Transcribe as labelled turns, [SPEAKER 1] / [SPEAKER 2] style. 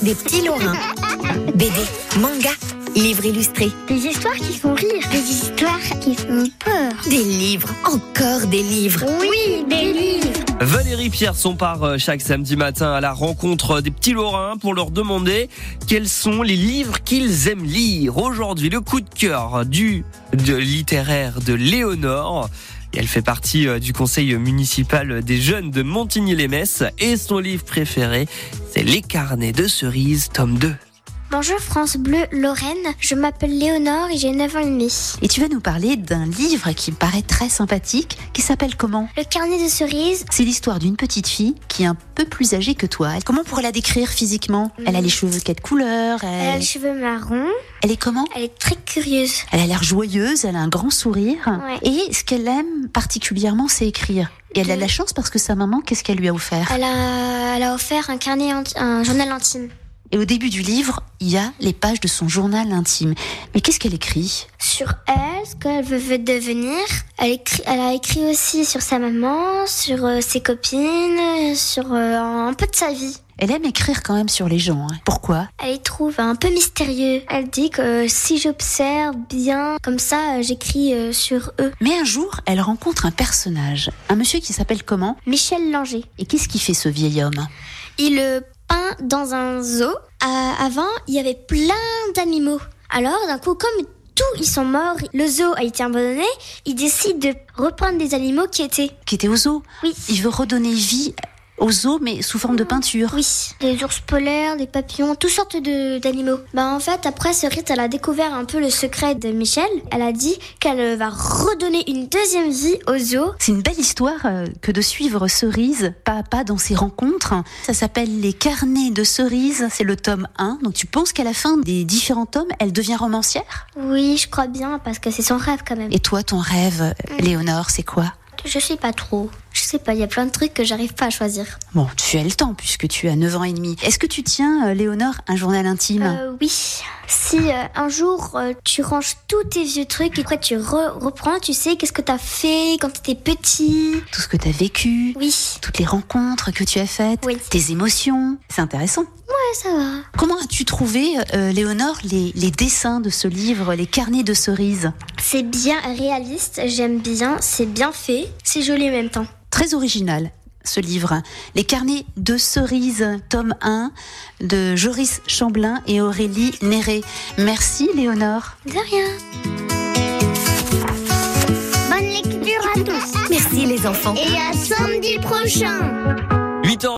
[SPEAKER 1] Des petits Lorrains. BD, manga, livres illustrés,
[SPEAKER 2] Des histoires qui font rire. Des histoires qui font peur.
[SPEAKER 1] des livres, encore des livres.
[SPEAKER 2] Oui, des livres.
[SPEAKER 3] Valérie Pierson part euh, chaque samedi matin à la rencontre des petits Lorrains pour leur demander quels sont les livres qu'ils aiment lire. Aujourd'hui, le coup de cœur du de littéraire de Léonore. Et Elle fait partie euh, du conseil municipal des jeunes de Montigny-les-Messes et son livre préféré, c'est Les carnets de cerises, tome 2.
[SPEAKER 2] Bonjour France Bleu Lorraine, je m'appelle Léonore et j'ai 9 ans et demi.
[SPEAKER 4] Et tu vas nous parler d'un livre qui me paraît très sympathique, qui s'appelle comment
[SPEAKER 2] Le carnet de cerises,
[SPEAKER 4] C'est l'histoire d'une petite fille qui est un peu plus âgée que toi. Elle- Comment on pourrait la décrire physiquement Elle a les cheveux de quelle couleur
[SPEAKER 2] Mm. elle a
[SPEAKER 4] elle...
[SPEAKER 2] les cheveux marrons,
[SPEAKER 4] elle est comment
[SPEAKER 2] elle est très curieuse.
[SPEAKER 4] Elle a l'air joyeuse, elle a un grand sourire.
[SPEAKER 2] Ouais.
[SPEAKER 4] Et ce qu'elle aime particulièrement, c'est écrire. Et elle a de la chance parce que sa maman, qu'est-ce qu'elle lui a offert
[SPEAKER 2] Mm. Elle a, elle a offert un carnet, anti- un journal intime
[SPEAKER 4] Et au début du livre, il y a les pages de son journal intime. Mais qu'est-ce qu'elle écrit
[SPEAKER 2] sur elle, ce qu'elle veut- veut devenir. Elle, écrit, elle a écrit aussi sur sa maman, sur euh, ses copines, sur euh, un peu de sa vie.
[SPEAKER 4] Elle aime écrire quand même sur les gens. hein. Pourquoi
[SPEAKER 2] Elle les trouve un peu mystérieux. Elle dit que euh, si j'observe bien, comme ça, euh, j'écris euh, sur eux.
[SPEAKER 4] Mais un jour, elle rencontre un personnage, un monsieur qui s'appelle comment
[SPEAKER 2] Michel Langer.
[SPEAKER 4] Et qu'est-ce qui fait ce vieil homme
[SPEAKER 2] Il euh, peint dans un zoo. À- avant, il y avait plein d'animaux. Alors, d'un coup, comme tous ils sont morts, le zoo a été abandonné, il décide de repeindre des animaux qui étaient.
[SPEAKER 4] qui était au zoo
[SPEAKER 2] Oui.
[SPEAKER 4] Il veut redonner vie au zoo, mais sous forme de peinture.
[SPEAKER 2] Oui, des ours polaires, des papillons, toutes sortes de- d'animaux. Bah en fait, après ce rite, elle a découvert un peu le secret de Michel. Elle a dit qu'elle euh, va redonner une deuxième vie au zoo
[SPEAKER 4] C'est une belle histoire euh, que de suivre Cerise pas à pas dans ses rencontres. Ça s'appelle Les Carnets de Cerise, c'est le tome 1. Donc tu penses qu'à la fin des différents tomes, elle devient romancière
[SPEAKER 2] Oui, je crois bien, parce que c'est son rêve quand même.
[SPEAKER 4] Et toi, ton rêve, euh, Léonore, c'est quoi
[SPEAKER 2] Je sais pas trop. Je sais pas, il y a plein de trucs que j'arrive pas à choisir.
[SPEAKER 4] Bon, tu as le temps puisque tu as 9 ans et demi. Est-ce que tu tiens, euh, Léonore, un journal intime
[SPEAKER 2] Euh, oui. Si euh, un jour euh, tu ranges tous tes vieux trucs et après tu re- reprends, tu sais qu'est-ce que t'as fait quand t'étais petit.
[SPEAKER 4] Tout ce que tu as vécu
[SPEAKER 2] Oui.
[SPEAKER 4] toutes les rencontres que tu as faites,
[SPEAKER 2] Oui.
[SPEAKER 4] tes émotions, c'est intéressant.
[SPEAKER 2] Ouais, ça va.
[SPEAKER 4] Comment as-tu trouvé, euh, Léonore, les, les dessins de ce livre, les carnets de cerises
[SPEAKER 2] C'est bien réaliste, j'aime bien, c'est bien fait, c'est joli en même temps.
[SPEAKER 4] Très original, ce livre. Les carnets de cerises, tome 1, de Joris Chamblin et Aurélie Néré. Merci, Léonore.
[SPEAKER 2] De rien. Bonne lecture à tous
[SPEAKER 1] Merci les enfants.
[SPEAKER 2] et à samedi prochain.
[SPEAKER 3] 8 ans.